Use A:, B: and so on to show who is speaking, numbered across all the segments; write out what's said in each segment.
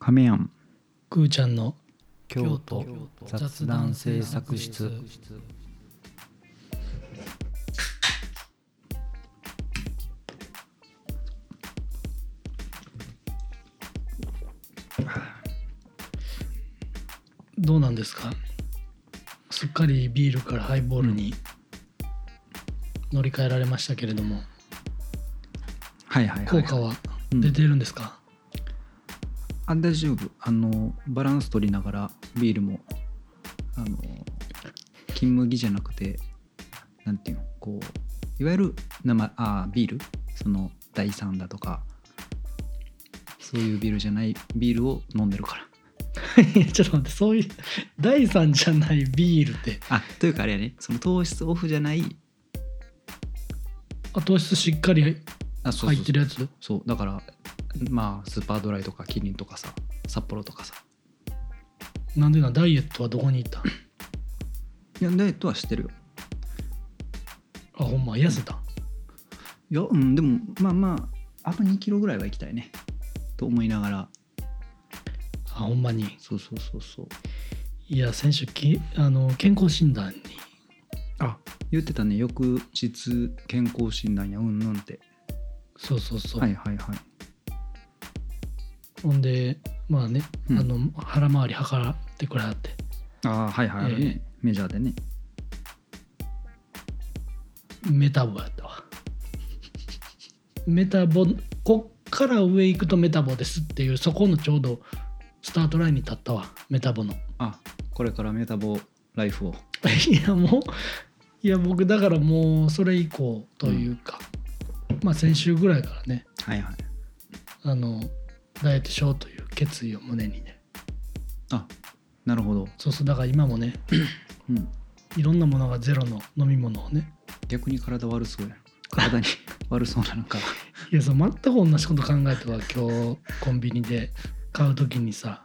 A: 亀やん
B: くーちゃんの
A: 京都雑談制作室
B: どうなんですかすっかりビールからハイボールに乗り換えられましたけれども、
A: はいはいはい、
B: 効果は
A: うん
B: 出てるんですか、
A: あ大丈夫あのバランス取りながらビールもあの金麦じゃなくてなんていうのこういわゆる生あビールその第3だとかそういうビールじゃないビールを飲んでるから
B: いやちょっと待ってそういう第三じゃないビールって
A: あというかあれやねその糖質オフじゃない
B: あ糖質しっかり
A: あそうそうそう
B: 入ってるやつ
A: そうだからまあスーパードライとかキリンとかさ札幌とかさ
B: なんでなダイエットはどこに行った
A: いやダイエットはしてるよ
B: あほんま痩せた、
A: いやうんでもまあまああと2キロぐらいは行きたいねと思いながら
B: あほんまに
A: そうそうそうそう
B: いや先週きあの健康診断に
A: あ言ってたね翌日健康診断やうんうんって
B: そうそうそう、
A: はいはいはい
B: ほんでまあね、
A: うん
B: あの腹回り測らってくれはって
A: あーはいはい、あれねメジャーでね
B: メタボやったわメタボこっから上行くとメタボですっていうそこのちょうどスタートラインに立ったわメタボの
A: あこれからメタボライフを
B: いやもういや僕だからもうそれ以降というか、まあ先週ぐらいからね
A: はいはい
B: あのダイエットしようという決意を胸にね
A: あなるほど、
B: そうそうだから今もね
A: うん、
B: いろんなものがゼロの飲み物をね
A: 逆に体悪そうや 体に悪そうなのか
B: いやそう全く同じこと考えたわ今日コンビニで買う時にさ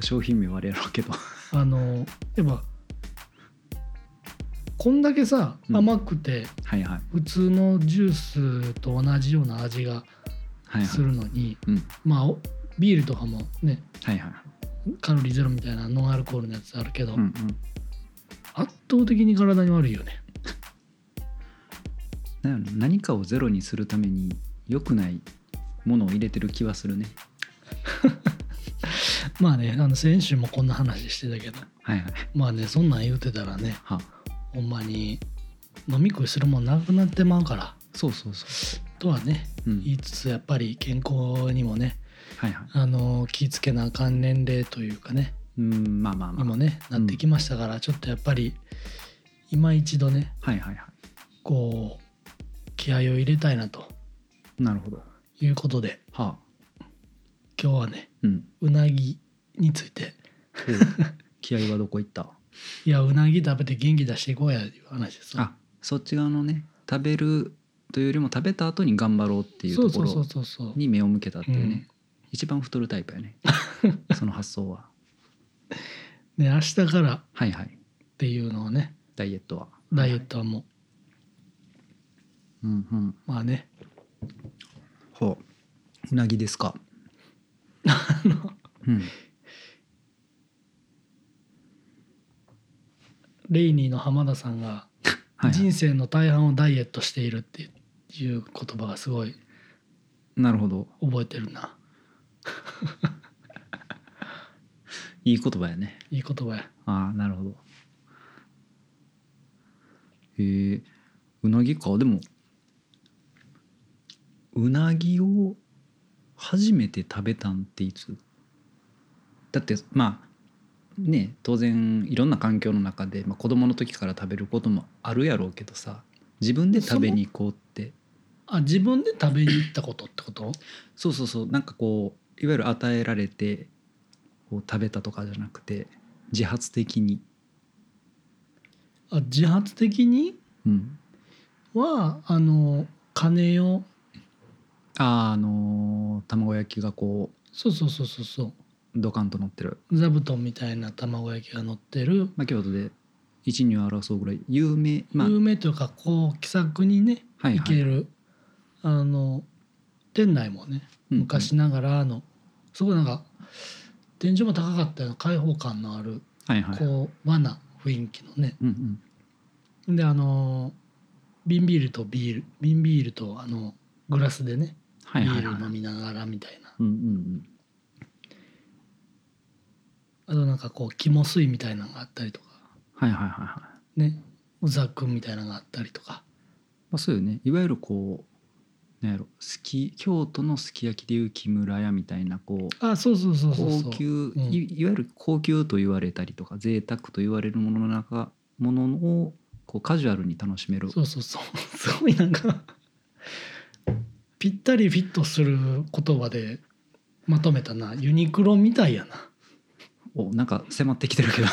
A: 商品名はあれやろうけど
B: あのやっぱこんだけさ
A: うん
B: 甘くて、
A: はいはい
B: 普通のジュースと同じような味が
A: はいは
B: す
A: い
B: るのに、
A: うん
B: まあおビールとかもね
A: はいはい
B: カロリーゼロみたいなノンアルコールのやつあるけど、
A: うんうん
B: 圧倒的に体に悪いよね
A: なんやろ何かをゼロにするために良くないものを入れてる気はするね
B: まあねあの先週もこんな話してたけど
A: はいはい
B: まあねそんなん言うてたらね
A: は
B: ほんまに飲み食いするもんなくなってまうから
A: そうそうそ
B: とはね
A: う、うん、
B: 言いつつやっぱり健康にもね
A: はいはい
B: あの気ぃつけなあかん年齢というかね
A: うんまあまあま
B: に
A: あ
B: もねなってきましたから、ちょっとやっぱり今一度ね
A: はいはいは
B: こう気合を入れたいなと
A: いなるほど
B: いうことで
A: はあ
B: 今日はね
A: うん
B: うなぎについて
A: おう気合はどこ行った
B: いやうなぎ食べて元気出していこうやいう話ですわ
A: あそっち側のね食べるというよりも食べた後に頑張ろうっていう
B: そう
A: と
B: そ
A: こ
B: うそう
A: ろ
B: そうそう
A: に目を向けたっていうね
B: うん
A: 一番太るタイプや ねその発想は
B: ね明日からっ
A: はいはい
B: ていうのをね
A: ダイエットは
B: ダイエットはもう、
A: うんうん
B: まあね
A: ほううなぎです かうん
B: レイニーの浜田さんが
A: はいはい
B: 人生の大半をダイエットしているっていう言葉がすごい
A: なるほど
B: 覚えてるない
A: い言葉やね
B: いい言葉や
A: ああなるほどへえうなぎかでもうなぎを初めて食べたんっていつだってまあね当然いろんな環境の中で、まあ、子供の時から食べることもあるやろうけどさ自分で食べに行こうって
B: あ自分で食べに行ったことってこと
A: そうそうそうなんかこういわゆる与えられてこう食べたとかじゃなくて自発的に、
B: あ自発的に
A: うん、
B: はあの金を
A: あーあのー卵焼きがこ
B: そうそうそうそうそう
A: ドカンと乗ってる、
B: う座布団みたいな卵焼きが乗ってる、
A: まあ、京都で一二を争うぐらい有名まあ
B: 有名というかこう気さくにね
A: はい
B: 行
A: は
B: け
A: い、
B: る、あの店内もね
A: うん
B: 昔ながらの、すごいなんか天井も高かったような開放感のある
A: はいはい。
B: こう和な雰囲気のね
A: うんうん。
B: であの瓶ビールとビール瓶ビールとあのグラスでね
A: はい
B: ビ
A: はいはい
B: ール。飲みながらみたいな
A: うんうん
B: あとなんかこう肝水みたいなのがあったりとか
A: はいはいはいはい。ま
B: ねうざくんみたいなのがあったりとか
A: あそうよね。いわゆるこう、なんやろ、すき、京都のすき焼きでいう木村屋みたいな、こう、
B: あそうそうそうそうそう
A: 高級、
B: うん
A: いいわゆる高級と言われたりとか、贅沢と言われるものの中、ものを、こうカジュアルに楽しめる。
B: そうそうそうすごいなんかぴったりフィットする言葉でまとめたなユニクロみたいやな
A: おなんか迫ってきてるけど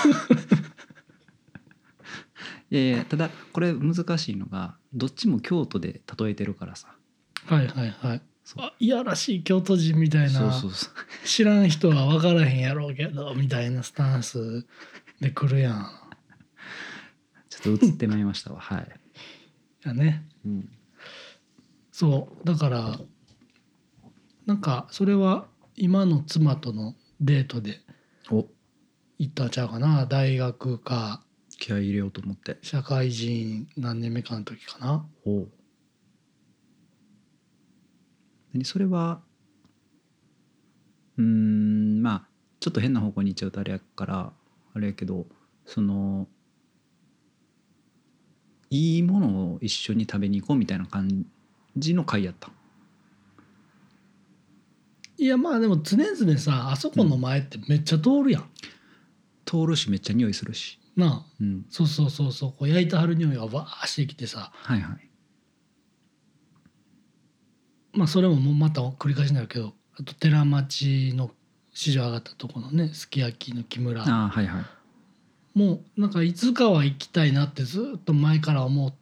A: いやいやただこれ難しいのがどっちも京都で例えてるからさ
B: はいはいはい
A: そう
B: あいやらしい京都人みたいな
A: そうそうそう
B: 知らん人は分からへんやろうけどみたいなスタンスで来るやん
A: ちょっと映ってまいりましたわはい、
B: やね
A: うん、
B: そうだからなんかそれは今の妻とのデートで
A: お
B: 行ったんちゃうかな大学か
A: 気合い入れようと思って
B: 社会人何年目かの時かな
A: おう何それはうーんまあちょっと変な方向に行っちゃうとあれやからあれやけどそのいいものを一緒に食べに行こうみたいな感じの回やった
B: いやまあでも常々さあそこの前ってめっちゃ通るやん、
A: 通るしめっちゃ匂いするし
B: なあ
A: うん
B: そうそうそうそうこう焼いてはる匂いがわーしてきてさ
A: はいはい
B: まあそれももうまた繰り返しになるけどあと寺町の市場上がったとこのねすき焼きの木村
A: ああはいはい
B: もうなんかいつかは行きたいなってずっと前から思っ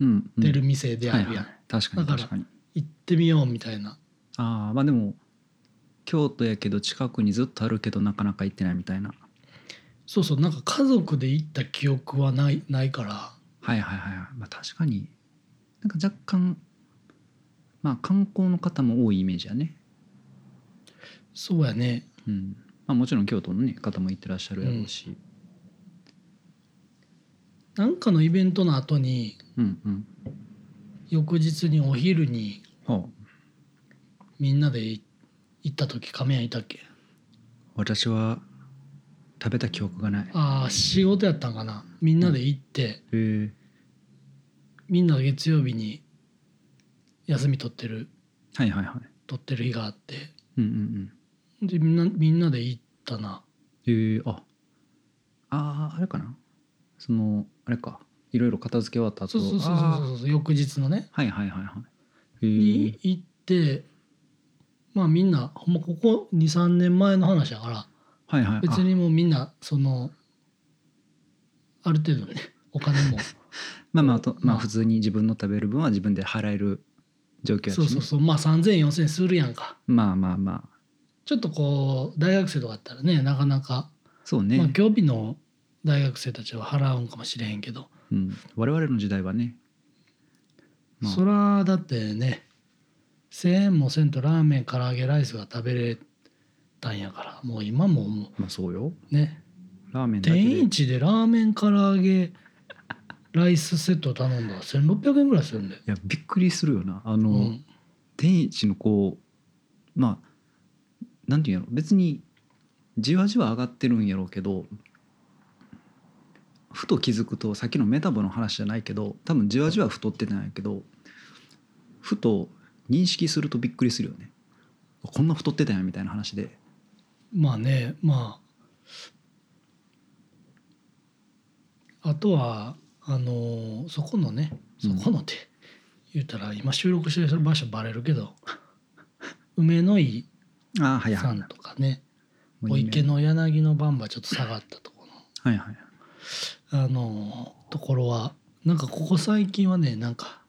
A: うん、うん、
B: てる店であるやん、
A: はいはい、確かに
B: だから
A: 確かに
B: 行ってみようみたいな
A: ああまあでも京都やけど近くにずっとあるけどなかなか行ってないみたいな
B: そうそうなんか家族で行った記憶はないないから
A: はいはいはいはい、まあ、確かになんか若干まあ観光の方も多いイメージやね、
B: そうやね
A: うんまあ、もちろん京都の、ね、方も行ってらっしゃるやろうし、
B: なんかのイベントの後に
A: うん、うん
B: 翌日にお昼に
A: ほう
B: みんなで行った時亀屋いたっけ
A: 私は食べた記憶がないへ
B: ああ仕事やったんかなみんなで行って、
A: え
B: みんな月曜日に休み取ってる
A: はいはいはい
B: 取ってる日があって
A: うんうんうん
B: でみんなみんなで行ったな
A: へえああーあれかなそのあれかいろいろ片付け終わった後
B: そうそうそう
A: あ
B: そ
A: ー
B: うそうそう翌日のね
A: はいはいはいはいへえ
B: に行ってまあみんなほんまここ23年前の話やから
A: はいはい
B: 別にもうみんなそのある程度ねお金 も
A: あまあまああと、ま
B: ま
A: あ、
B: あ
A: 普通に自分の食べる分は自分で払える状況やし、
B: そ
A: ね、
B: うそうそうまあ3,0004,000するやんか
A: まあまあま
B: ちょっとこう大学生とかだったらねなかなか、
A: あそうね、
B: まあ興味の大学生たちは払うんかもしれへんけど、
A: うん、我々の時代はね、まあ
B: そらだってね1,000円もせんとラーメン唐揚げライスが食べれたんやからもう今もも
A: まあそうよ
B: うね
A: ラーメンだけ
B: 天
A: で
B: 一でラーメン唐揚げライスセット頼んだら1,600円ぐらいするんだよ。
A: いやびっくりするよなあの、
B: うん
A: 天一のこうまあなんていうんやろ別にじわじわ上がってるんやろうけどふと気づくとさっきのメタボの話じゃないけど多分じわじわ太ってたんやけどふと認識するとびっくりするよねこんな太ってたんやみたいな話で
B: まあねまああとはあのーそこのね
A: う
B: そ
A: ん
B: このって、言うたら今収録してる場所バレるけど 梅の井
A: ああはいは
B: さ
A: い
B: んとかね、
A: も
B: お
A: ういいね
B: 池の柳の番場ちょっと下がったとこ
A: はいはい
B: ろの、あのーところはなんかここ最近はねなんか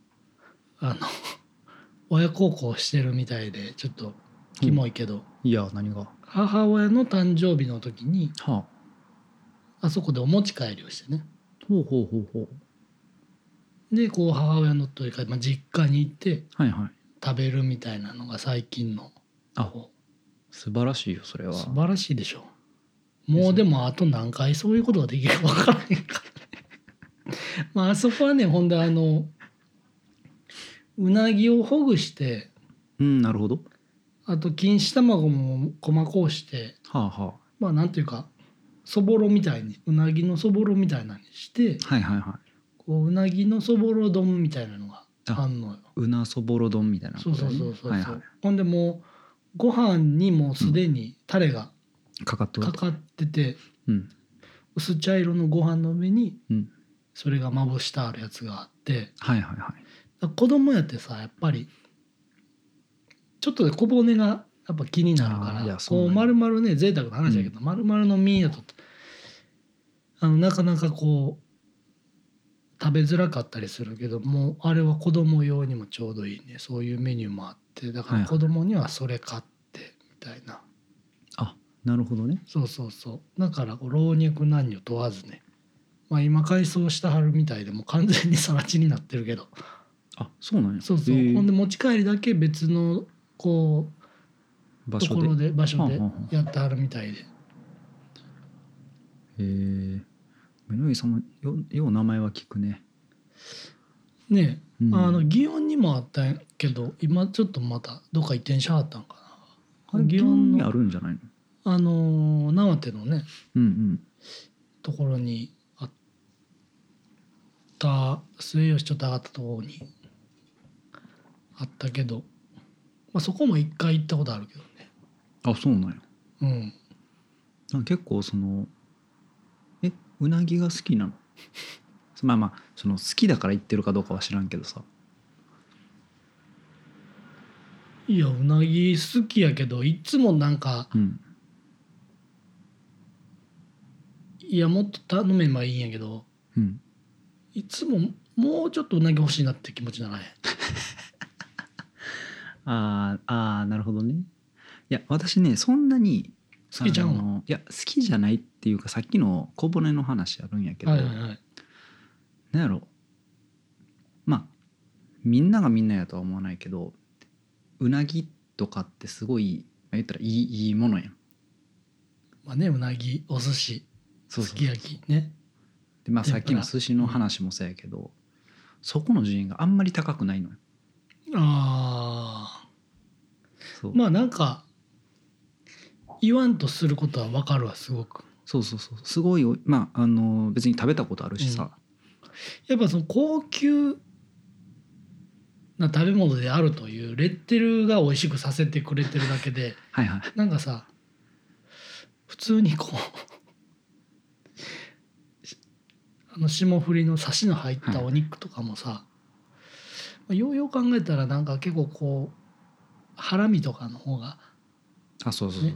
B: あの 親孝行してるみたいでちょっとキモいけど、
A: いや何がは
B: 母親の誕生日の時に
A: あ
B: あそこでお持ち帰りをしてね
A: ほうほうほうほう
B: でこう母親のというか、まあ、実家に行って
A: はいはい
B: 食べるみたいなのが最近の
A: あ
B: こ
A: 素晴らしいよそれは
B: 素晴らしいでしょもうでもあと何回そういうことができるか分からへんから まああそこはねほんであのうなぎをほぐして
A: うんなるほど
B: あと錦糸卵も細こうして
A: はあは
B: まあなんていうかそぼろみたいにうなぎのそぼろみたいなのにして
A: あはいはいはい
B: こううなぎのそぼろ丼みたいなのがあんのよ。
A: うなそぼろ丼みたいなこ
B: そう
A: とだ
B: そ
A: ね、
B: うそうそう、
A: はいは
B: ほんでもうご飯にもうすでにタレが
A: いかかっと
B: か
A: ると
B: かってて、
A: うん
B: 薄茶色のご飯の上に
A: うん
B: それがまぶしてあるやつがあって
A: はいはいはい
B: だから子供やってさやっぱりちょっと小骨がやっぱ気になるか
A: あーい
B: ら
A: やそう
B: こ
A: なん
B: う
A: や
B: 丸々ね贅沢な話だけど、丸々の身やとあのなかなかこう食べづらかったりするけどもうあれは子供用にもちょうどいいねそういうメニューもあってだか
A: は
B: ら
A: い
B: 子供にはそれ買ってみたいな、
A: あなるほどね
B: そうそうそうだからこう老若男女問わずねまあ今改装したはるみたいでもう完全に更地になってるけど
A: あそうなんや
B: そうそう、
A: へえ
B: ほんで持ち帰りだけ別のこう
A: 場
B: と
A: 所
B: こ
A: で
B: ろで場所
A: はあ
B: で
A: はあは
B: やってはるみたいで
A: へえ目の上さんもよよう名前は聞くね、
B: ね
A: う
B: え
A: ん、
B: あの祇園にもあったんやけど今ちょっとまたどっか移転しはったんか
A: あ
B: な
A: れ祇
B: 祇
A: 園
B: 園
A: にあ
B: の
A: るんじゃないの
B: あのー縄手のね
A: うんうん
B: ところにあった末吉ちょっと上がったところにあったけど、まあ、そこも一回行ったことあるけどね
A: あそうなんや
B: うん
A: なんか結構そのえうなぎが好きなの まあまあその好きだから言ってるかどうかは知らんけどさ
B: いやうなぎ好きやけどいつもなんか
A: うん
B: いやもっと頼めばいいんやけど
A: うん
B: いつももうちょっとうなぎ欲しいなって気持ちならへん
A: あーあーなるほどねいや私ねそんなに
B: 好きちゃう
A: あ
B: の
A: のいや好きじゃないっていうかさっきの小骨の話あるんやけど、
B: はいはいはい
A: なんやろまあみんながみんなやとは思わないけどうなぎとかってすごいまあ言ったらいいいいものやん
B: まあねうなぎお寿司
A: そう
B: す
A: そう
B: き焼きね
A: でまあさっきの
B: 天ぷら
A: 寿司の話もそうやけど、そこの順位があんまり高くないのよ
B: あ
A: そう,、
B: ーまあなんか言わんとすることは分かるわすごく
A: そうそうそうすごいおまああの別に食べたことあるしさ、
B: やっぱその高級な食べ物であるというレッテルが美味しくさせてくれてるだけで
A: はいはい
B: なんかさ普通にこう しあの霜降りのサシの入ったお肉とかもさ、まあようよう考えたらなんか結構こうハラミとかの方が
A: あそうそうそうそう、
B: ね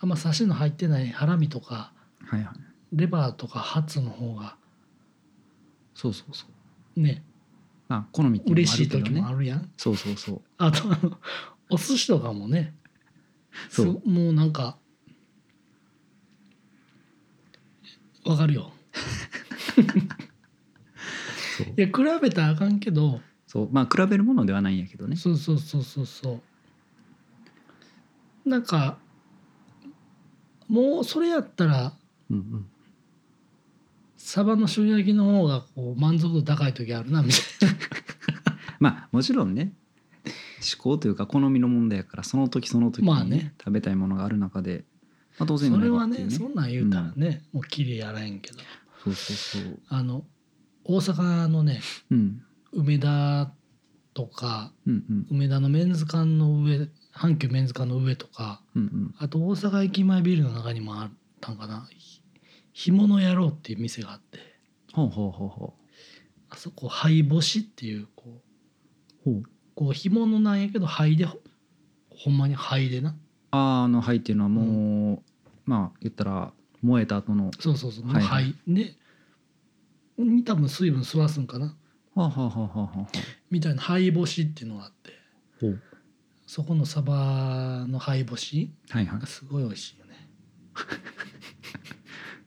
B: あんまサシの入ってないハラミとか
A: はいはい
B: レバーとかハツの方が
A: そうそうそう
B: ね
A: まあ好みっていうのも
B: 嬉
A: あ
B: し
A: る
B: い
A: けど
B: 時
A: ね
B: もあるやん。
A: そうそうそう
B: あとあのお寿司とかもね
A: そう
B: すもうなんかわかるよ
A: そう
B: いや比べたらあかんけど
A: そうまあ比べるものではないんやけどね
B: そうそうそうそうそうなんかもうそれやったら
A: うんうん
B: サバの塩焼きの方がこう満足度高い時あるなみたい
A: まあもちろんね思考というか好みの問題やからその時その時に、ね
B: まあね
A: 食べたいものがある中で、まあ、当
B: な
A: 然
B: それ
A: う
B: は
A: なぎってい
B: ね
A: う
B: そんなん言うたらね、もうきりやらへんけど
A: そうそうそう
B: あの大阪のね
A: うん
B: 梅田とか
A: うんうん
B: 梅田のメンズ館の上阪急メンズ館の上とか
A: うんうん
B: あと大阪駅前ビルの中にもあったんかなひ干物野郎っていう店があって
A: ほうほうほうほ
B: あそこ灰干しっていうこう
A: うほう
B: こう干物なんやけど灰でほほんまに灰でな
A: あーあの灰っていうのはもう、まあ言ったら燃えた後の
B: そうそうそう、
A: はいはい
B: 灰でに多分水分吸わすんかな
A: はあ、はあはあはあはあはあ
B: みたいな灰干しっていうのがあって
A: ほう
B: そこのサバの灰干し
A: はいはい
B: がすごい美味しいよね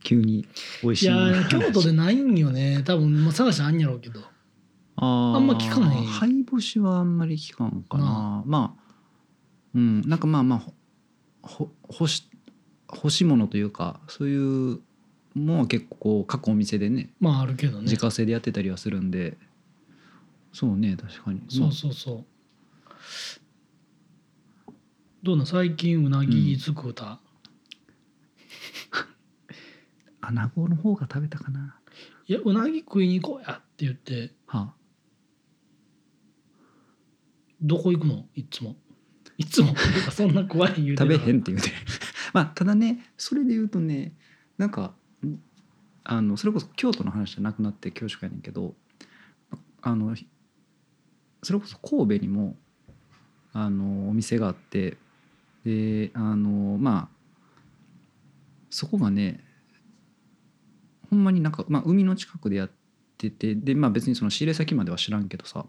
A: 急に美味し
B: い
A: い
B: や
A: もの
B: ー京都でないんよね多分、まあ、探しあんやろうけど
A: あー
B: あんま聞かない
A: 灰干しはあんまり聞かんかな、
B: な
A: まあうんなんかまあまあほほ欲し欲しいものというかそういうもう結構こう各お店でね
B: まああるけどね
A: 自家製でやってたりはするんでそうね確かに
B: そうそうそうどうなん最近うなぎ作った、
A: まあ穴子の方が食べたかない
B: やうなぎ食いに行こうやって言って
A: は
B: どこ行くのいつもいつもなんかそんな怖い言う
A: あ、食
B: て
A: べへ
B: る
A: んって言うて まあただねそれで言うとねなんかんあのそれこそ京都の話じゃなくなって恐縮やねんけどあのひそれこそ神戸にもあのお店があってであのまあそこがねほんまになんか、まあ、海の近くでやっててでまあ別にその仕入れ先までは知らんけどさ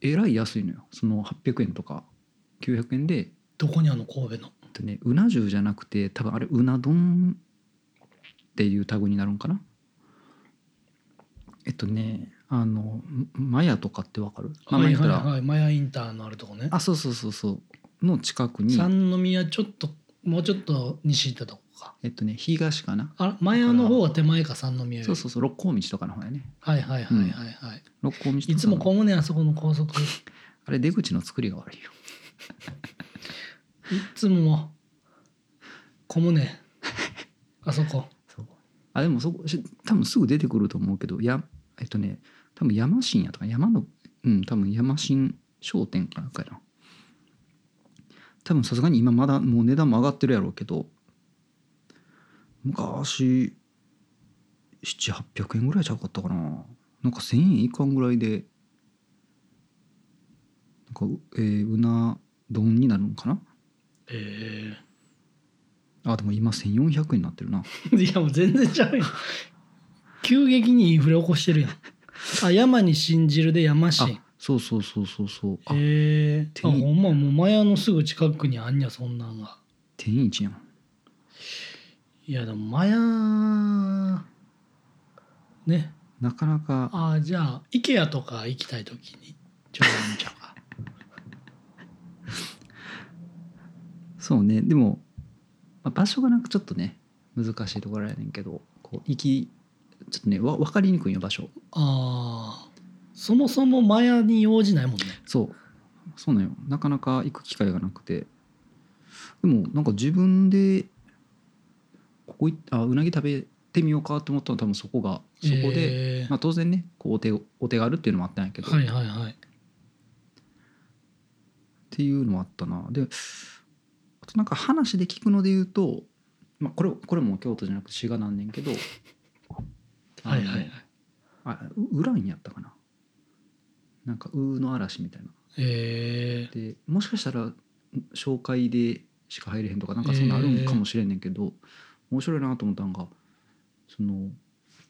A: えらい安いのよその800円とか900円でえ
B: どこにあんの神戸の
A: っとねうな重じゃなくて多分あれうな丼っていうタグになるんかなえっとねあのマヤとかってわかる、まあ
B: はい
A: まあ言っ
B: はい
A: たら
B: はいマヤインターのあるとこね
A: あそうそうそうそうの近くに
B: 三宮ちょっともうちょっと西行ったとこか
A: えっとね東かな
B: あマヤの方は手前か三宮より
A: そうそうそう六甲道とかの方やね
B: はいはいはいはいはい、
A: 六甲道とか
B: いつも混むねんあそこの高速い
A: あれ出口の作りが悪いよ
B: つも混むねんあそこ
A: そうあでもそこし多分すぐ出てくると思うけどやえっとね多分山新やとか山のうん多分山新商店かなんかやな多分さすがに今まだもう値段も上がってるやろうけど昔700800円ぐらいちゃうかったかななんか1000円いかんぐらいでなんかう,、えーうな丼になるのかな
B: え
A: あでも今1400円になってるな
B: えいやもう全然ちゃうやん急激にインフレ起こしてるやんあ山に信じるで山
A: あ
B: 信
A: そうそうそうそうそうあ
B: ええ
A: 手
B: あ
A: に
B: ほんまもうマヤのすぐ近くにあんにゃそんなんが
A: 天一やん
B: いやでもマヤね
A: なかなか
B: あじゃあ IKEA とか行きたい時にちょうどいいんちゃうか
A: そうねでも、まあ、場所がなんかちょっとね難しいところやねんけどこう行きちょっとねわ分かりにくいよ場所
B: あーそもそもマヤに用事ないもんね
A: そうそうなんよなかなか行く機会がなくてでもなんか自分でここ行っあうなぎ食べてみようかと思ったのは多分そこがそこで、
B: えー
A: まあ、当然ねこうお手お手軽っていうのもあったんやけど、
B: はいはいはい
A: っていうのはあったなであとなんか話で聞くので言うと、まあ、これこれも京都じゃなくて滋賀なんねんけど
B: はいはいはい
A: あのあうウランやったかななんか「う」の嵐みたいな
B: えー
A: でもしかしたら紹介でしか入れへんとかなんかそんなんあるんかもしれんねんけど、面白いなと思ったんがその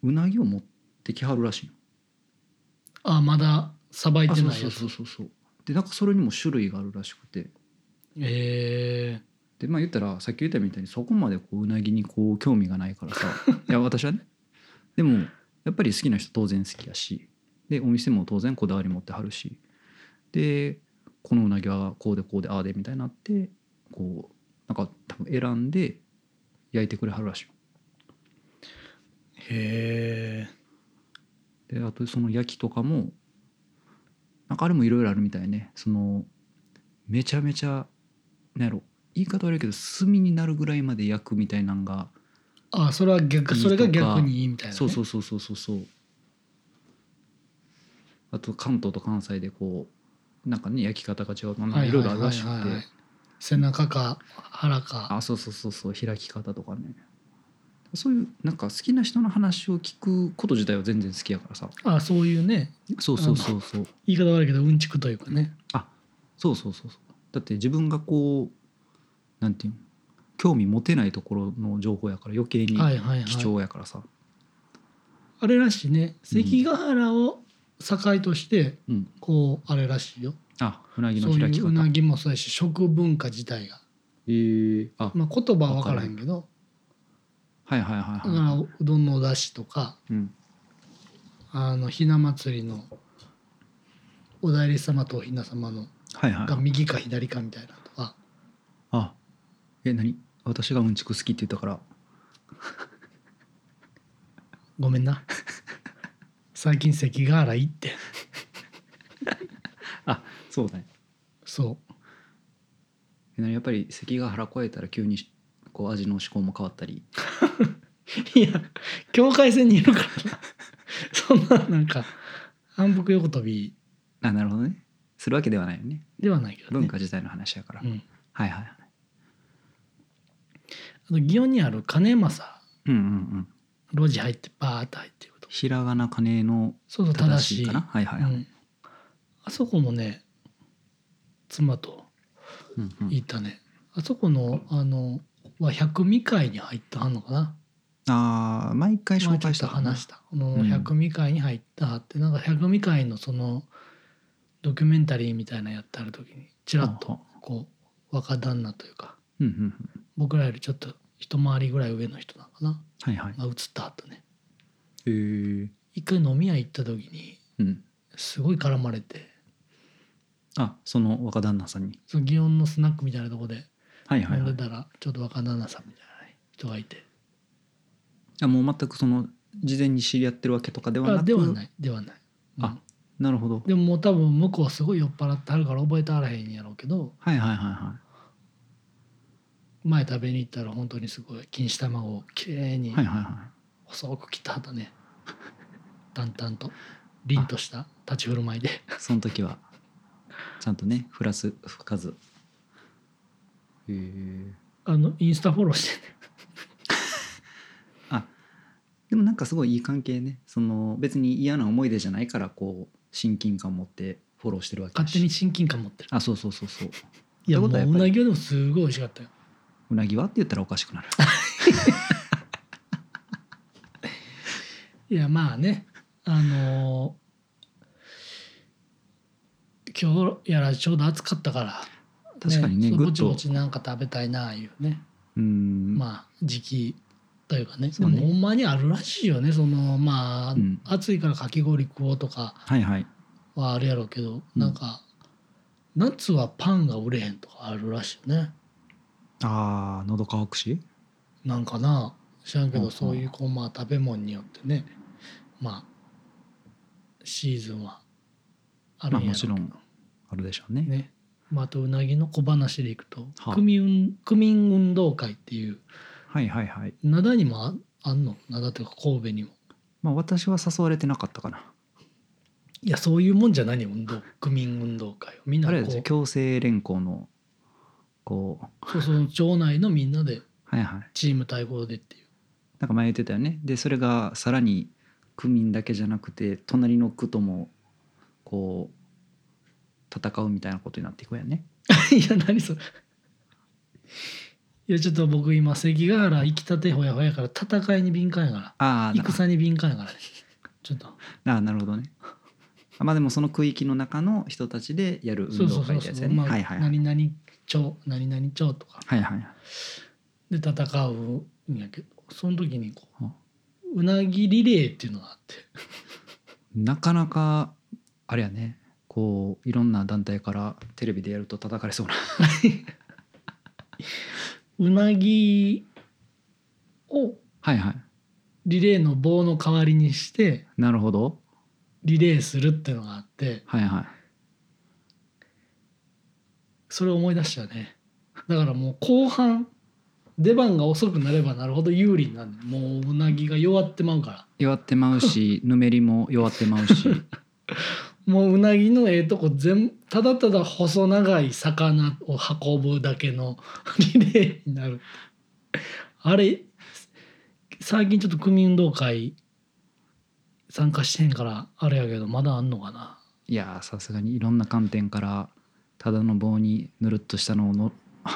A: うなぎを持ってきはるらしいよ
B: あまださばい
A: あ
B: て
A: そう
B: ない
A: そ
B: や
A: う
B: つ
A: そうそうそうでなんかそれにも種類があるらしくて
B: え
A: でまあ言ったらさっき言ったみたいにそこまでこううなぎにこう興味がないからさいや私はねでもやっぱり好きな人当然好きやしでお店も当然こだわり持ってはるしでこのうなぎはこうでこうでああでみたいになってこうなんか多分選んで焼いてくれはるらしいよ
B: ーへえ
A: であとその焼きとかもなんかあれもいろいろあるみたいねそのめちゃめちゃなんやろ言い方悪いけど炭になるぐらいまで焼くみたいなんが
B: あそれは逆それが逆にいいみたいな、ね、
A: そうそうそうそうそうそうあと関東と関西でこうなんかね焼き方が違うとかなんかいろいろあるらしく
B: はいはいはいはい
A: て
B: 背中か腹か
A: あそうそうそうそう開き方とかねそういうなんか好きな人の話を聞くこと自体は全然好きやからさ
B: あそういうね
A: そうそうそうそう
B: 言い方悪いけどうんちくというかね
A: あそうそうそうそうだって自分がこうなんていうの興味持てないところの情報やから余計に
B: はいはいはい
A: 貴重やからさ、
B: あれらしいね
A: うん
B: 関ヶ原を境として
A: うん
B: こうあれらしいよ、
A: あうなぎ
B: そ
A: の
B: う
A: 開
B: い
A: き
B: う
A: 方
B: うなぎもそうやし食文化自体が、
A: えーあ
B: まあ、言葉は分からへんけど
A: はいはいはい
B: だ
A: は
B: か
A: い、
B: らうどんのお出汁とか
A: うん
B: あのひな祭りのおだいり様とおひな様の
A: はいはい
B: が。右か左かみたいなとか
A: あ、え何私がうんちく好きって言ったから
B: ごめんな 最近咳が荒いって
A: そうだね
B: そ
A: え何やっぱり関ヶ原越えたら急にこう味の思考も変わったり
B: ういや境界線にいるからな そんななんか反復横跳び
A: あなるほどねするわけではないよね
B: ではないけどね
A: 文化自体の話やから、
B: うん、
A: はいはいはい
B: あと祇園にある金正
A: うんうんうん
B: 路地入ってバーッと入っていくと
A: ひらがな金の
B: そうそう正
A: 正
B: し
A: し
B: い
A: いかなはいはいはい、
B: うん、あそこもね妻と
A: うんうん
B: 行ったね、あそこのあのは百味会に入ったはんのかな
A: ああ毎回紹介した
B: まあちょっと話したこ
A: う
B: の
A: ん
B: 百味会に入ったはって、なんか百味会のそのドキュメンタリーみたいなのやってある時にちらっと
A: は
B: こう若旦那というか
A: うんうんうん
B: 僕らよりちょっと一回りぐらい上の人なのかな
A: はいはい
B: が映った後ね
A: へえ
B: 一回飲み屋行った時に
A: うん
B: すごい絡まれて
A: あその若旦那さんに
B: その祇園のスナックみたいなとこで
A: はいは
B: 飲
A: い
B: ん
A: は
B: で
A: い
B: たらちょっと若旦那さんみたいなね人がいて
A: あもう全くその事前に知り合ってるわけとかではな
B: あ
A: く
B: ではないではない、うん
A: あなるほど
B: でももう多分向こうすごい酔っ払ってはるから覚えてはらへんやろうけど
A: はいはいはいは
B: 前食べに行ったら本当にすごい錦糸卵をきれい
A: い
B: に
A: はいはいは
B: 細く切ったはったね、淡々と凛とした立ち振る舞いで
A: いその時はちゃんとねフラス吹かずへえ
B: あのインスタフォローしてね
A: あでもなんかすごいいい関係ねその別に嫌な思い出じゃないからこう親近感持ってフォローしてるわけだ
B: 勝
A: し
B: 手に親近感持ってる
A: あそうそうそうそう
B: いや
A: という
B: もう
A: ことはやっ
B: う
A: ぱり
B: なぎよりもすごい美味しかったよ
A: うなぎはって言ったらおかしくなる
B: いやまあねあのー今日やらちょうど暑かったから
A: 確かにね
B: そう
A: ぐ
B: ぼ
A: っ
B: ち
A: と
B: ぼちなんか食べたいなあいうね、
A: うん
B: まあ時期というかね
A: そうね
B: でもほんまにあるらしいよねそのまあ、
A: うん
B: 暑いからかき氷食おうとか
A: はいはい
B: はあるやろうけ
A: う
B: ど、
A: ん
B: なんか夏はパンが売れへんとかあるらしいよね
A: ああ喉乾くし
B: なんかな知らんけ
A: うんう
B: ど
A: ん
B: そういうこうまあ食べ物によってねまあシーズンはある
A: まあ
B: んや
A: も
B: ろうけ
A: ち
B: ど
A: ろんあるでしょうね
B: ね、まあ、あとうなぎの小話でいくと、
A: はあ
B: 区民区民運動会っていう
A: はいはいはい
B: 灘にもああんの灘というか神戸にも
A: まあ私は誘われてなかったかない
B: やそういうもんじゃないよ運動区民運動会をみんな
A: あ
B: こ
A: れ
B: う
A: ですよ強制連行のこう
B: そうそう町内のみんなで
A: はいはい
B: チーム対抗でっていう
A: なんか前言ってたよねでそれがさらに区民だけじゃなくて隣の区ともこう戦うみたいなことになっていくんやね
B: いや何それいやちょっと僕今関ヶ原行きたてほやほやから戦いに敏感やか
A: あ
B: ら
A: ーな
B: 戦に敏感やからねちょっと
A: あーなるほどね あまあでもその区域の中の人たちでやる
B: そ
A: 運
B: うそ
A: 動
B: うそ
A: 会
B: う
A: ってやつ
B: そ
A: や
B: う、
A: ね
B: まあ
A: はいはいはい
B: 何々町何々町とか
A: はいはい
B: で戦うんやけどその時にこ
A: はあ
B: ううなぎリレーっていうのがあって
A: なかなかあれやねこういろんな団体からテレビでやると叩かれそうな
B: うなぎを
A: はいはい
B: リレーの棒の代わりにして
A: なるほど
B: リレーするっていうのがあって
A: はいはい
B: それを思い出したねだからもう後半出番が遅くなればなるほど有利になるもううなぎが弱ってまうから
A: 弱ってまうし ぬめりも弱ってまうし
B: もううなぎのええとこ全部ただただ細長い魚を運ぶだけの リレーになるあれ最近ちょっと組運動会参加してへんからあれやけどまだあんのかない
A: やーさすがにいろんな観点からただの棒にぬるっとしたのをの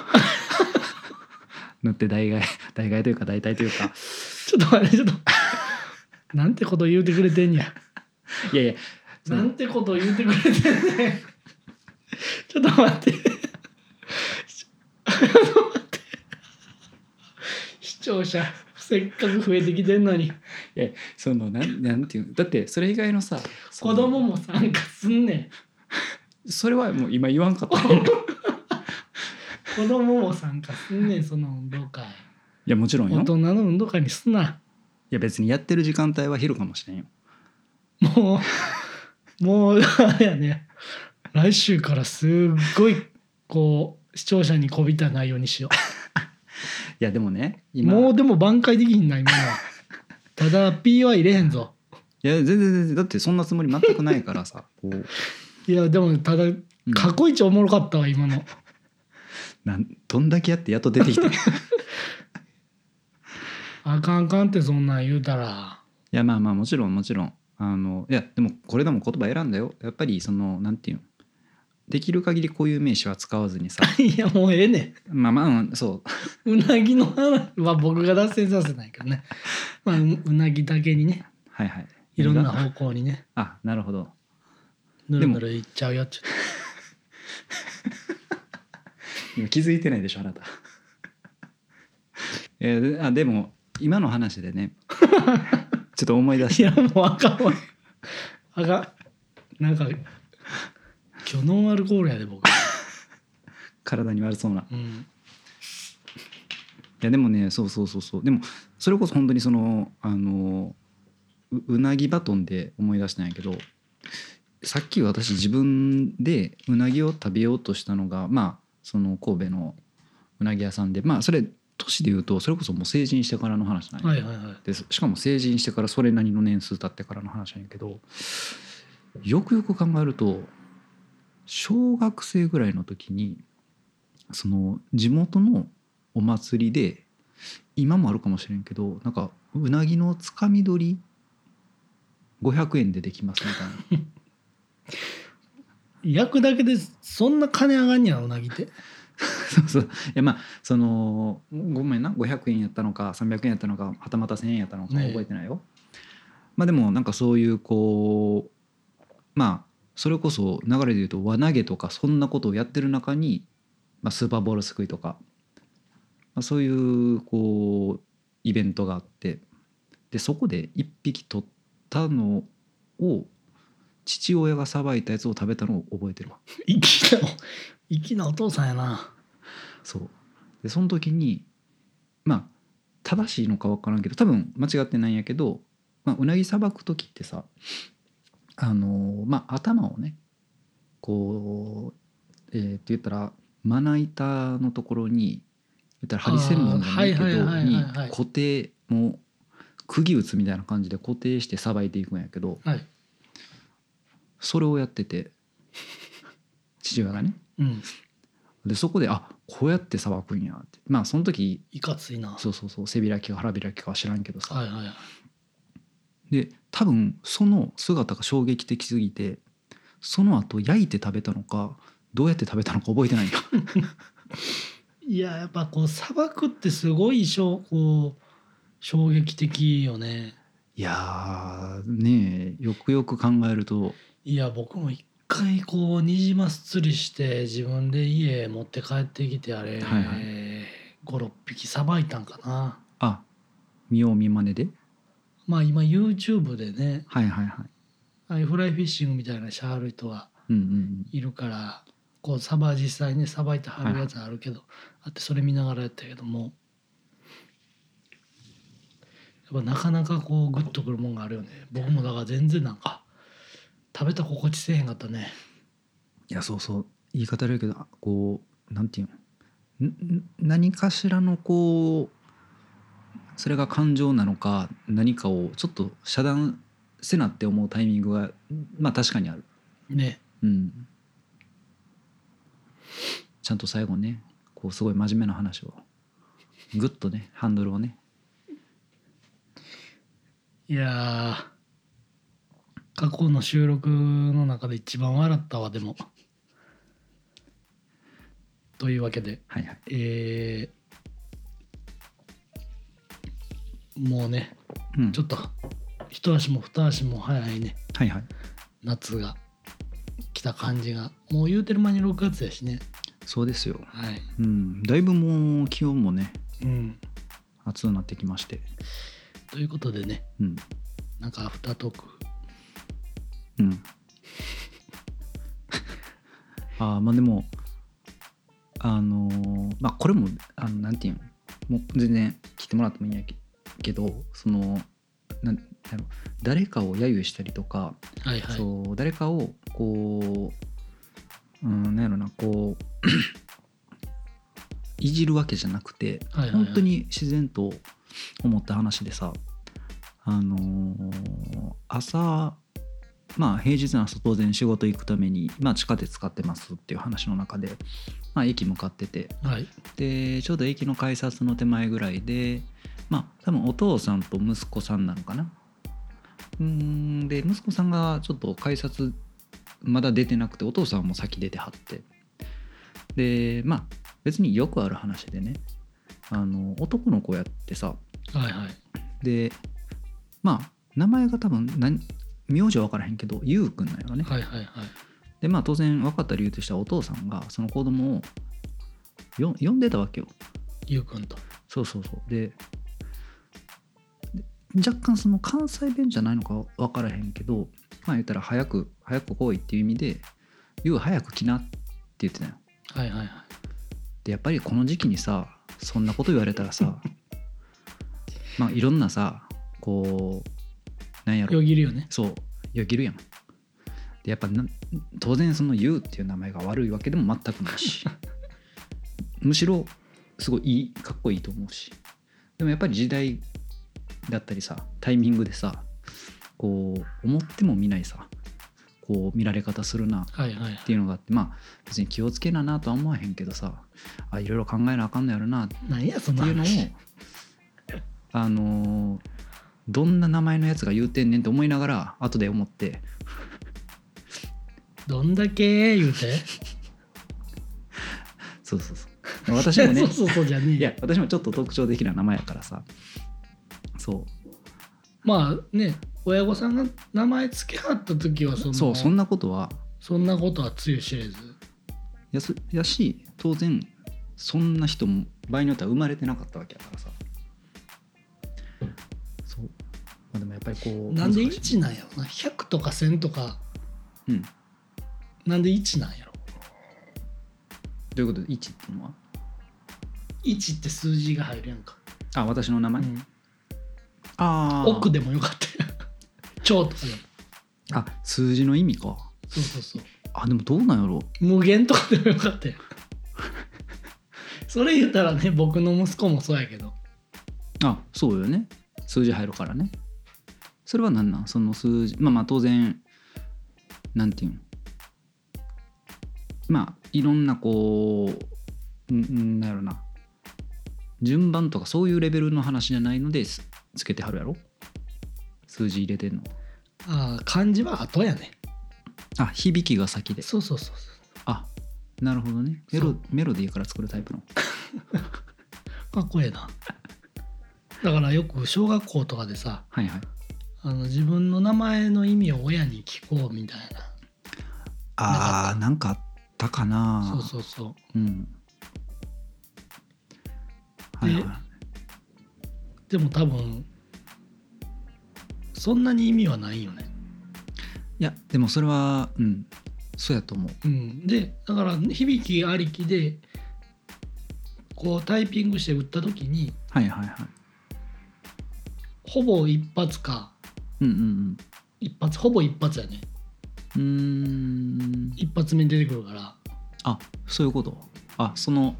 A: 塗って代替え 代替えというか代替えというか
B: ちょっと待 ってちょっとなんてこと言うてくれてんねや
A: いやいやそ
B: な
A: の
B: んてことを言ってくれてんねんちょっと待って。ちょっと待って。視聴者、せっかく増えてきてんのに、
A: そのなんなんていうのだってそれ以外のさそ
B: 子
A: の
B: 供も参加すんねん。
A: それはもう今言わんかった
B: 子供も参加すんねんその運動会
A: いやもちろんよ
B: 大人の運動会にすない
A: や別にやってる時間帯は昼かもしれんよ
B: もうもうあれやね来週からすっごいこう視聴者にこびた内容にしよ
A: いやでもね
B: う
A: 今
B: も
A: いう
B: でも挽回できひんな今 のはただ P は入れへんぞ
A: や全然全然だってそんなつもり全くないからさこう、
B: いやでもただ
A: うん
B: 過去一おもろかったわ今の
A: なんどんだけやってやっと出てきてい
B: あかんあかんってそんなん言うたら
A: やまあまあもちろんもちろんあのいやでもこれでも言葉選んだよやっぱりそのなんていうのできる限りこういう名詞は使わずにさ
B: いやもうええねん
A: まあまあうんそう
B: うなぎの話は僕が脱線させないからね、まあ、ううなぎだけにね
A: はいはい
B: いろんな方向にね
A: あなるほど
B: ぬるぬるいっちゃうよっちゅう
A: 今気づいてないでしょあなた えーであでも今の話で ねちょっと思い出し
B: い
A: て
B: やもうあかんわあかんなんか今日ノンアルコールやで僕、
A: 体に悪そうない
B: うん、
A: やでもねそうそうそうそうでもそれこそ本当にそのあのううなぎバトンで思い出したんやけどさっき私自分でうなぎを食べようとしたのがまあその神戸のうなぎ屋さんでまあそれ年で言うとそれこそもう成人してからの話なんやけど
B: はいはいはい
A: でしかも成人してからそれなりの年数経ってからの話なんやけどよくよく考えると小学生ぐらいの時にその地元のお祭りで今もあるかもしれんけどなんかうなぎのつかみ取り500円でできますみたいな
B: 焼くだけでそんな金上がんねやうなぎって
A: そうそういやまあそのごめんな500円やったのか300円やったのかはたまた1000円やったのか
B: ねえ
A: 覚えてないよ、まあでもなんかそういうこうまあそれこそ流れで言うと輪投げとかそんなことをやってる中に、まあ、スーパーボールすくいとか、まあ、そういうこうイベントがあってでそこで1匹取ったのを父親がさばいたやつを食べたのを覚えてるわ。
B: 粋な粋なお父さんやな
A: そうでその時にまあ正しいのか分からんけど多分間違ってないんやけど、まあ、うなぎさばく時ってさあのーまあ頭をねこうえー、って言ったらまな板のところに言ったら針専門じゃないけ
B: あーはい
A: ど
B: はいはい
A: に
B: はいはい
A: 固定もう釘打つみたいな感じで固定してさばいていくんやけど
B: はい
A: それをやってて父親がね
B: うん
A: でそこであこうやってさばくんやってまあその時
B: いかついな
A: そうそうそう背開きか腹開きかは知らんけどさ、
B: はいはいはい
A: で多分その姿が衝撃的すぎてその後焼いて食べたのかどうやって食べたのか覚えてないよ
B: いややっぱこう砂漠ってすごいしょこう衝撃的よね
A: いやーねえよくよく考えると
B: いや僕も一回こうニジマス釣りして自分で家持って帰ってきてあれ、
A: はいはい
B: 56匹さばいたんかな
A: あ見よう見まねで
B: まあ今 YouTube でね
A: はいはいはい
B: ああいうフライフィッシングみたいなシャール人は
A: うんうん
B: いるからこうサバ実際にさばいてはるやつあるけど、あってそれ見ながらやったけどもやっぱなかなかこうグッとくるもんがあるよね僕もだから全然なんか食べた心地せえへんかったね
A: いやそうそう言い方あれやけどあこうなんていうのんん何かしらのこうそれが感情なのか何かをちょっと遮断せなって思うタイミングがまあ確かにある。
B: ね
A: うん、ちゃんと最後ねこうすごい真面目な話をグッとねハンドルをね
B: いやー過去の収録の中で一番笑ったわでもというわけで
A: はいはい
B: えーもうね
A: うん
B: ちょっと一足も二足も早いね
A: はいはい
B: 夏が来た感じがもう言うてる間に6月やしね
A: そうですよ
B: はい
A: うんだいぶもう気温もね
B: うん
A: 暑くなってきまして
B: ということでね
A: うん
B: なんかアフタートーク
A: うんああまあでもああのーまあこれもあのなんていうのもう全然聞いてもらってもいいんやけけどそのなんだろう誰かを揶揄したりとか、
B: はいはい
A: そう誰かをこう、うん、なんやろなこう いじるわけじゃなくて、
B: はいはいはい
A: 本当に自然と思った話でさあのー朝まあ平日の朝当然仕事行くために、まあ、地下鉄使ってますっていう話の中で、まあ、駅向かってて
B: はい
A: でちょうど駅の改札の手前ぐらいでまあ多分お父さんと息子さんなのかなうーんで息子さんがちょっと改札まだ出てなくてお父さんも先出てはってでまあ別によくある話でねあの男の子やってさ
B: はいはい
A: でまあ名前が多分何名字は分からへんけどゆうくんなんやろね、
B: はいはいはい
A: でまあ当然分かった理由としてはお父さんがその子供をよ呼んでたわけよ
B: ゆうくんと
A: そうそうそうでで若干その関西弁じゃないのか分からへんけどまあ言ったら早く早く来いっていう意味で「ゆう早く来な」って言ってたよ
B: はいはいはい
A: でやっぱりこの時期にさそんなこと言われたらさまあいろんなさこうなんやろ
B: よぎるよね
A: そうよぎるやんでやっぱな当然その「ゆう」っていう名前が悪いわけでも全くないしむしろすごいいいかっこいいと思うしでもやっぱり時代だったりさタイミングでさこう思っても見ないさこう見られ方するなっ
B: はいはいはい
A: ていうのがあってまあ別に気をつけななとは思わへんけどさあいろいろ考えなあかんのやろなって
B: 何やそ
A: っ
B: の
A: ていうのを
B: 話
A: あのーどんな名前のやつが言うてんねんって思いながら後で思って
B: どんだけ言うて
A: そうそうそう 私もね
B: そうそうそうじゃねえ
A: いや私もちょっと特徴的な名前やからさそ
B: まあね親御さんが名前付けはった時はその
A: うそうそんなことは
B: そんなことはつゆ知れず
A: やすやし当然そんな人も場合によっては生まれてなかったわけやからさそう、まあ、でもやっぱりこう
B: なんで
A: 難しい
B: 1なんやろな100とか1000とか
A: うんど
B: なんで1なんやろ
A: ういうことで1っていうのは
B: 1って数字が入るやんか、
A: あ私の名前、
B: うん
A: ああ
B: 奥でもよかった よ超とかでも
A: あ数字の意味か
B: そうそうそう
A: あでもどうなんやろ
B: 無限とかでもよかったよ それ言ったらね僕の息子もそうやけど
A: あそうよね数字入るからねそれは何なんその数字まあまあ当然なんていうんまあいろんなこううんうんなんやろな順番とかそういうレベルの話じゃないのですつけてはるやろ数字入れてんの
B: ああ漢字は後やね
A: あ響きが先で
B: そうそうそうそう
A: あなるほどねメ
B: そ
A: ロ
B: う
A: メロディーから作るタイプの
B: かっこええなだからよく小学校とかでさ
A: はいはい
B: あの自分の名前の意味を親に聞こうみたい
A: あーなんかあったかな
B: なそうそうそう
A: うん。は
B: で
A: いは
B: でも多分そんなに意味はないよね、
A: い。いや、でもそれは、うん、そうやと思う。
B: うん、でだから響きありきでこうタイピングして打った時に
A: はいはいはい。
B: ほぼ一発か
A: うんうん
B: 一発ほぼ一発やね
A: うん。うーん。
B: 一発目に出てくるからだか
A: あ、そういうこと。あ、その、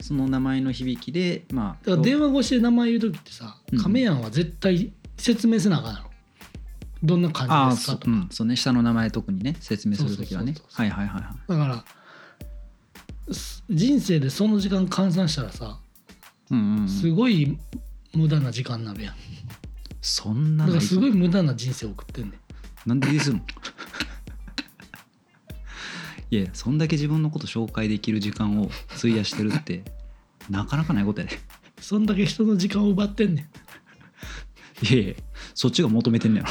A: その名前の響きで、まあ。
B: ら電話越しで名前言う時ってさ
A: うん
B: 亀やんは絶対説明せなあかんやろどんな
A: あ
B: 感
A: あ
B: じです
A: そ
B: か
A: う
B: と、
A: う
B: か、
A: ん、そうね下の名前特にね説明するときはね
B: そうそうそう
A: は
B: そう
A: いはいはいはい
B: だからす人生でその時間換算したらさ
A: うんうんうん
B: すごい無駄な時間になるやん
A: そんな
B: だ
A: の
B: からすごい
A: い
B: 無駄な人生を送ってんねん
A: なんででするの いやそんだけ自分のこと紹介できる時間を費やしてるってなかなかないことやで
B: そんだけ人の時間を奪ってんねん、
A: いやいやそっちが求めてんねやろ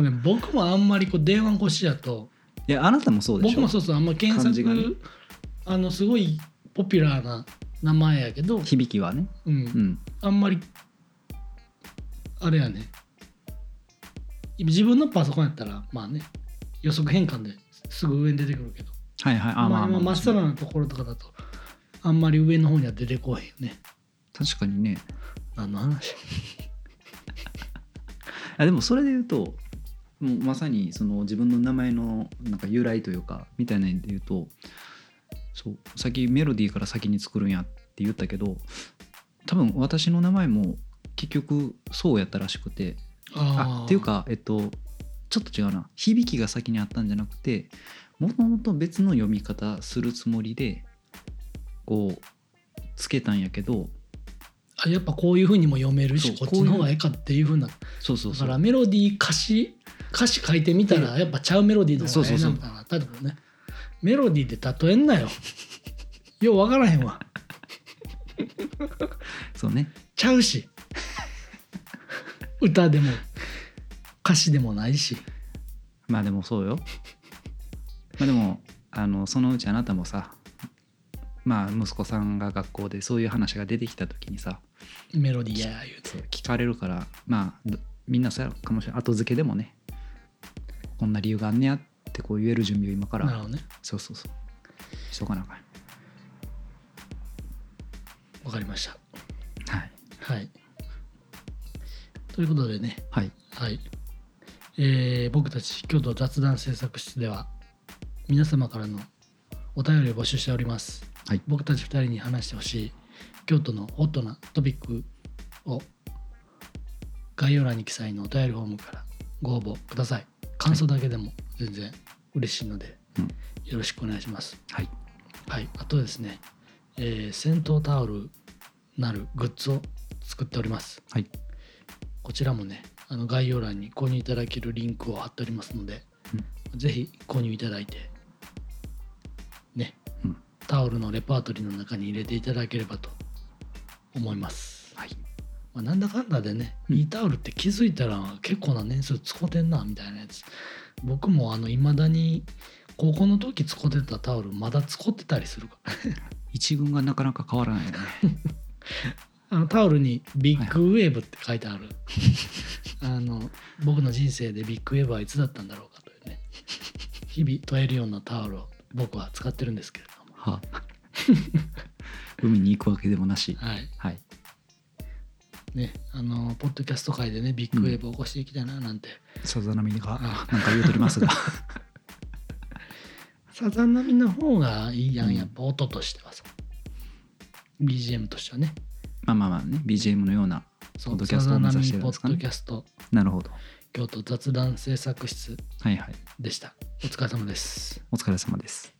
B: まあね、僕もあんまりこう電話越しやと
A: いやあなたもそうでし
B: 僕
A: ょ
B: もそうそうあんま検
A: 感
B: 索、
A: じがね
B: あのすごいポピュラーな名前やけど、
A: 響きはね
B: うん
A: うん
B: あんまりあれやね自分のパソコンやったらまあね予測変換ですぐ上に出てくるけど
A: はいはいあ
B: ま
A: ま
B: あ
A: あま
B: 今
A: あ
B: 真っさらなところとかだとあんまり上の方には出てこへんよね
A: 確かにね
B: 何の話
A: あでもそれで言うともうまさにその自分の名前のなんか由来というかみたいなんで言うとそう先メロディーから先に作るんやって言ったけど多分私の名前も結局そうやったらしくてあっていうかえっとちょっと違うな響きが先にあったんじゃなくてもともと別の読み方するつもりでこうつけたんやけど
B: あやっぱこういうふうにも読めるし
A: そ
B: こ
A: う
B: っちの方がええかっていうふうなだ
A: そうそうそ
B: から
A: う
B: メロディー歌詞歌詞書いてみたらやっぱちゃうメロディーの方がええ
A: そ
B: な
A: う
B: み
A: そう
B: たいな例えばねメロディーで例えんなよようわからへんわ
A: そうね
B: ちゃうし歌でも歌詞でもないし
A: まあでもそうよ。 まあでもあのそのうちあなたもさまあ息子さんが学校でそういう話が出てきた時にさ
B: メロディーや言うて
A: 聞かれるからまあどみんなそうやろかもしれない後付けでもねこんな理由があんねやってこう言える準備を今か
B: なる
A: ら
B: ほどね
A: そうそうそうしとかなあかん
B: わかりました
A: はい
B: はいということでね
A: はい
B: はい、えー僕たち京都雑談制作室では皆様からのお便りを募集しております、
A: はい
B: 僕たち2人に話してほしい京都のホットなトピックを概要欄に記載のお便りフォームからご応募ください感想だけでも全然嬉しいので、
A: うん
B: よろしくお願いします
A: はい
B: はい、あとですね、えー戦闘タオルなるグッズを作っております。
A: はい
B: こちらもね、あの概要欄に購入いただけるリンクを貼っておりますので、ぜひ購入いただいて、ね、
A: うん
B: タオルのレパートリーの中に入れていただければと思います。
A: はい
B: まあ、なんだかんだでね、
A: うん
B: いいタオルって気づいたら結構な年数使ってんなみたいなやつ。僕もあの未だに高校の時使ってたタオルまだ使ってたりするから。
A: 一軍がなかなか変わらないよね
B: あのタオルに「ビッグウェーブ」って書いてある、あの僕の人生でビッグウェーブはいつだったんだろうかというね日々問えるようなタオルを僕は使ってるんですけれど も
A: はあ海に行くわけでもなし
B: はい
A: はい
B: ねあのポッドキャスト界でねビッグウェーブを起こしていきたいななんて、
A: さざ波が
B: あ
A: なんか言うとりますが
B: サザン並みの方がいいやん、
A: うん
B: やっぱ音としてはさ BGM としてはね
A: まあまあまあね BGM のような
B: そ
A: ポッ
B: う
A: ドキ
B: サ
A: ャスト
B: ザ
A: を
B: ン
A: 目
B: 並
A: 指し
B: み
A: てるん
B: ポ
A: ですか
B: ッ
A: ね
B: ドキャスト
A: なるほど
B: 京都雑談制作室
A: はいはい
B: でしたお疲れ様です
A: お疲れ様です